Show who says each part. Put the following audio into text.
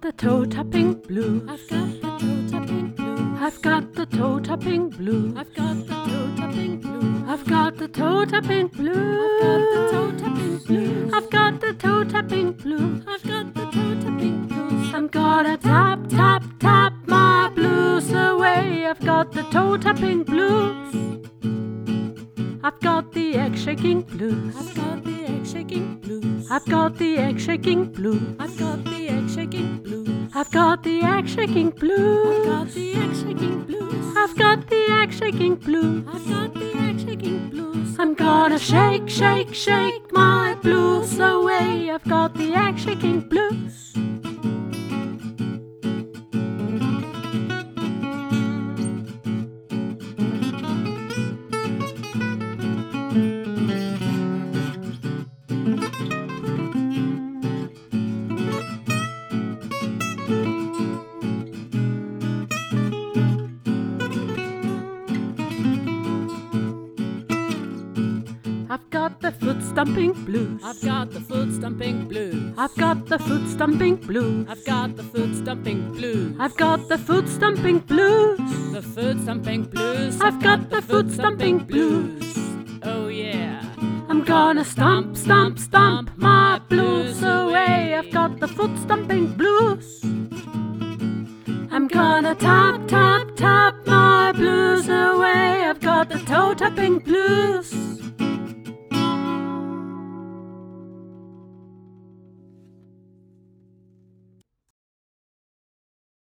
Speaker 1: the toe tapping blues. I've got the toe tapping blues. I've got the toe tapping blues. I've got the toe tapping blues. I've got the toe tapping blues. I've got the toe tapping blues. I've got the toe tapping blues. I'm gonna tap tap tap my blues away. I've got the toe tapping blues. I've got the egg shaking blues. I've got the egg shaking blues. I've got the egg shaking blues. I've got the egg shaking blues. I've got the egg shaking blues. I've got the egg shaking blues. I've got the egg shaking blues. I've got the egg shaking blues. I'm gonna shake, shake, shake my blues away. I've got the egg shaking blues. I've got the foot stomping blues.
Speaker 2: I've got the foot stomping blues.
Speaker 1: I've got the foot stomping blues.
Speaker 2: I've got the foot stomping blues.
Speaker 1: I've got the foot stomping blues.
Speaker 2: the foot stomping blues.
Speaker 1: I've got the foot stomping blues.
Speaker 2: Oh yeah.
Speaker 1: I'm gonna stomp, stomp, stomp my blues away. I've got the foot stomping blues. I'm gonna tap, tap, tap my blues away. I've got the toe tapping blues.